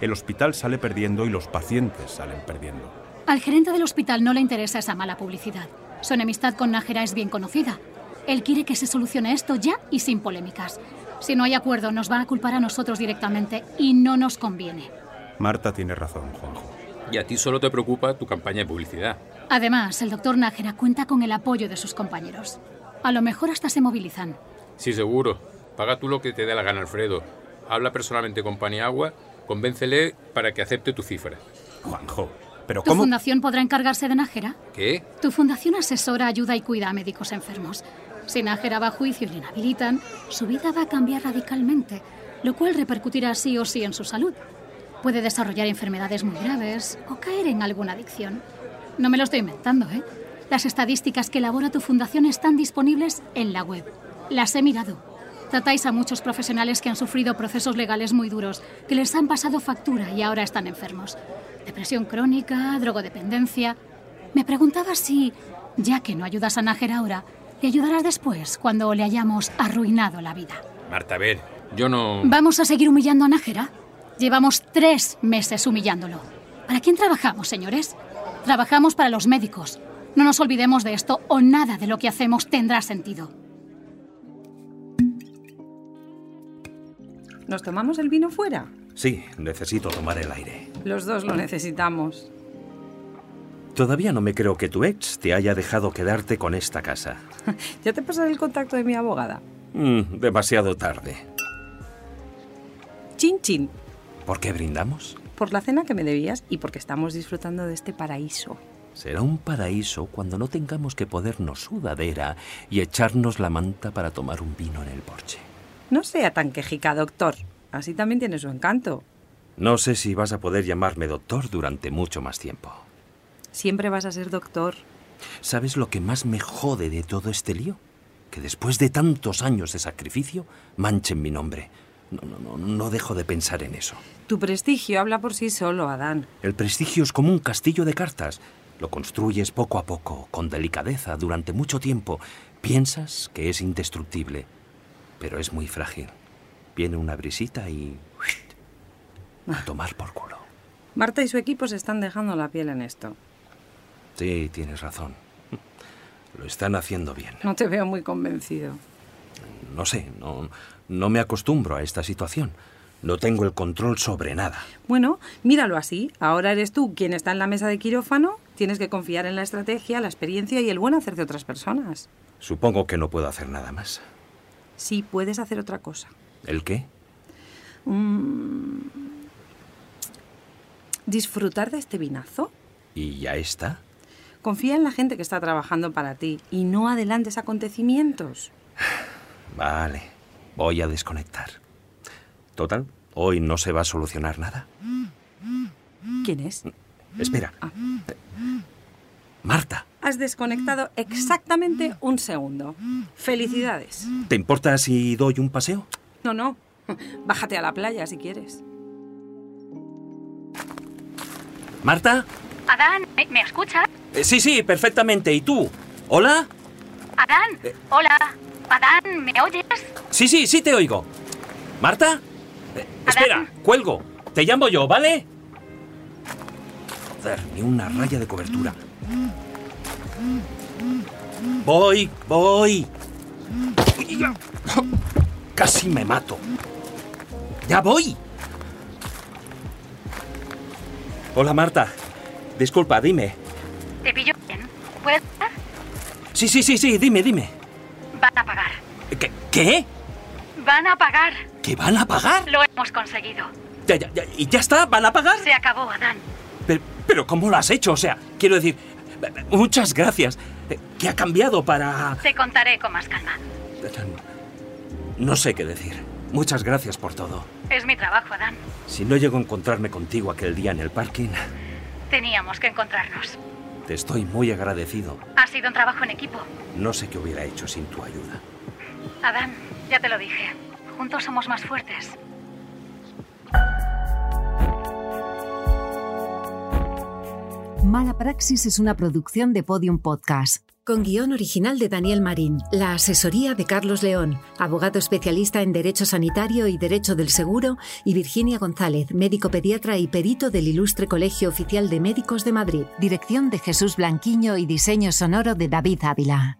el hospital sale perdiendo y los pacientes salen perdiendo.
Al gerente del hospital no le interesa esa mala publicidad. Su enemistad con Nájera es bien conocida. Él quiere que se solucione esto ya y sin polémicas. Si no hay acuerdo, nos van a culpar a nosotros directamente y no nos conviene.
Marta tiene razón, Juanjo.
Y a ti solo te preocupa tu campaña de publicidad.
Además, el doctor Nájera cuenta con el apoyo de sus compañeros. A lo mejor hasta se movilizan.
Sí, seguro. Paga tú lo que te dé la gana, Alfredo. Habla personalmente con Paniagua Convéncele para que acepte tu cifra. Juanjo, ¿pero
¿Tu fundación podrá encargarse de Nájera?
¿Qué?
Tu fundación asesora, ayuda y cuida a médicos enfermos. Si Nájera va a juicio y le inhabilitan, su vida va a cambiar radicalmente, lo cual repercutirá sí o sí en su salud. Puede desarrollar enfermedades muy graves o caer en alguna adicción. No me lo estoy inventando, ¿eh? Las estadísticas que elabora tu fundación están disponibles en la web. Las he mirado. Tratáis a muchos profesionales que han sufrido procesos legales muy duros, que les han pasado factura y ahora están enfermos. Depresión crónica, drogodependencia. Me preguntaba si, ya que no ayudas a Nájer ahora, le ayudarás después cuando le hayamos arruinado la vida.
Marta, a ver, yo no...
Mm.
¿Vamos a seguir humillando a Nájera? Llevamos tres meses humillándolo. ¿Para quién trabajamos, señores? Trabajamos para los médicos. No nos olvidemos de esto o nada de lo que hacemos tendrá sentido.
¿Nos tomamos el vino fuera?
Sí, necesito tomar el aire.
Los dos lo necesitamos.
Todavía no me creo que tu ex te haya dejado quedarte con esta casa.
Ya te pasaré el contacto de mi abogada.
Mm, demasiado tarde.
Chin chin,
¿Por qué brindamos?
por la cena que me debías y porque estamos disfrutando de este paraíso.
Será un paraíso cuando no tengamos que ponernos sudadera y echarnos la manta para tomar un vino en el porche.
No sea tan quejica, doctor. Así también tiene su encanto.
No sé si vas a poder llamarme doctor durante mucho más tiempo.
Siempre vas a ser doctor.
¿Sabes lo que más me jode de todo este lío? Que después de tantos años de sacrificio, manchen mi nombre. No, no, no, no dejo de pensar en eso.
Tu prestigio habla por sí solo, Adán.
El prestigio es como un castillo de cartas. Lo construyes poco a poco, con delicadeza, durante mucho tiempo. Piensas que es indestructible, pero es muy frágil. Viene una brisita y... A tomar por culo.
Marta y su equipo se están dejando la piel en esto.
Sí, tienes razón. Lo están haciendo bien.
No te veo muy convencido.
No sé, no, no me acostumbro a esta situación. No tengo el control sobre nada.
Bueno, míralo así. Ahora eres tú quien está en la mesa de quirófano. Tienes que confiar en la estrategia, la experiencia y el buen hacer de otras personas.
Supongo que no puedo hacer nada más.
Sí, puedes hacer otra cosa.
¿El qué?
Mm. Disfrutar de este vinazo.
¿Y ya está?
Confía en la gente que está trabajando para ti y no adelantes acontecimientos.
Vale, voy a desconectar. Total, hoy no se va a solucionar nada.
¿Quién es?
Mm.
Ah.
Espera. Marta,
Has desconectado exactamente un segundo. Felicidades.
¿te importa si doy un paseo?
No, no. Bájate a la playa si quieres.
¿Marta?
Adán, ¿me, me escuchas?
Eh, sí, sí, perfectamente. ¿Y tú? ¿Hola?
Adán,
Eh.
hola. Adán, ¿me oyes?
Sí, sí, sí te oigo. ¿Marta? Eh, espera, cuelgo. Te llamo yo, ¿vale? Joder, ni una raya de cobertura. Voy, voy. Ya. Casi me mato. Ya voy. Hola, Marta. Disculpa, dime.
Te pillo bien. Pues, ¿Puedes?
Sí, sí, sí, sí, dime, dime.
Van a pagar.
¿Qué? ¿Qué?
Van a pagar.
¿Que van a pagar?
Lo hemos conseguido.
Ya, ya, ya, ¿Y ya está? ¿Van a pagar?
Se acabó, Adán.
Pero, pero ¿cómo lo has hecho? O sea, quiero decir, muchas gracias. Eh, ¿Qué ha cambiado para...?
Te contaré con más calma.
No sé qué decir. Muchas gracias por todo.
Es mi trabajo, Adán.
Si no llego a encontrarme contigo aquel día en el parking,
Teníamos que encontrarnos.
te estoy muy agradecido.
Ha sido un trabajo en equipo.
No sé qué hubiera hecho sin tu ayuda.
Adán, ya te lo dije. Juntos somos más fuertes.
Mala Praxis es una producción de Podium Podcast. Con guión original de Daniel Marín, la asesoría de Carlos León, abogado especialista en Derecho Sanitario y Derecho del Seguro, y Virginia González, médico pediatra y perito del Ilustre Colegio Oficial de Médicos de Madrid. Dirección de Jesús Blanquiño y diseño sonoro de David Ávila.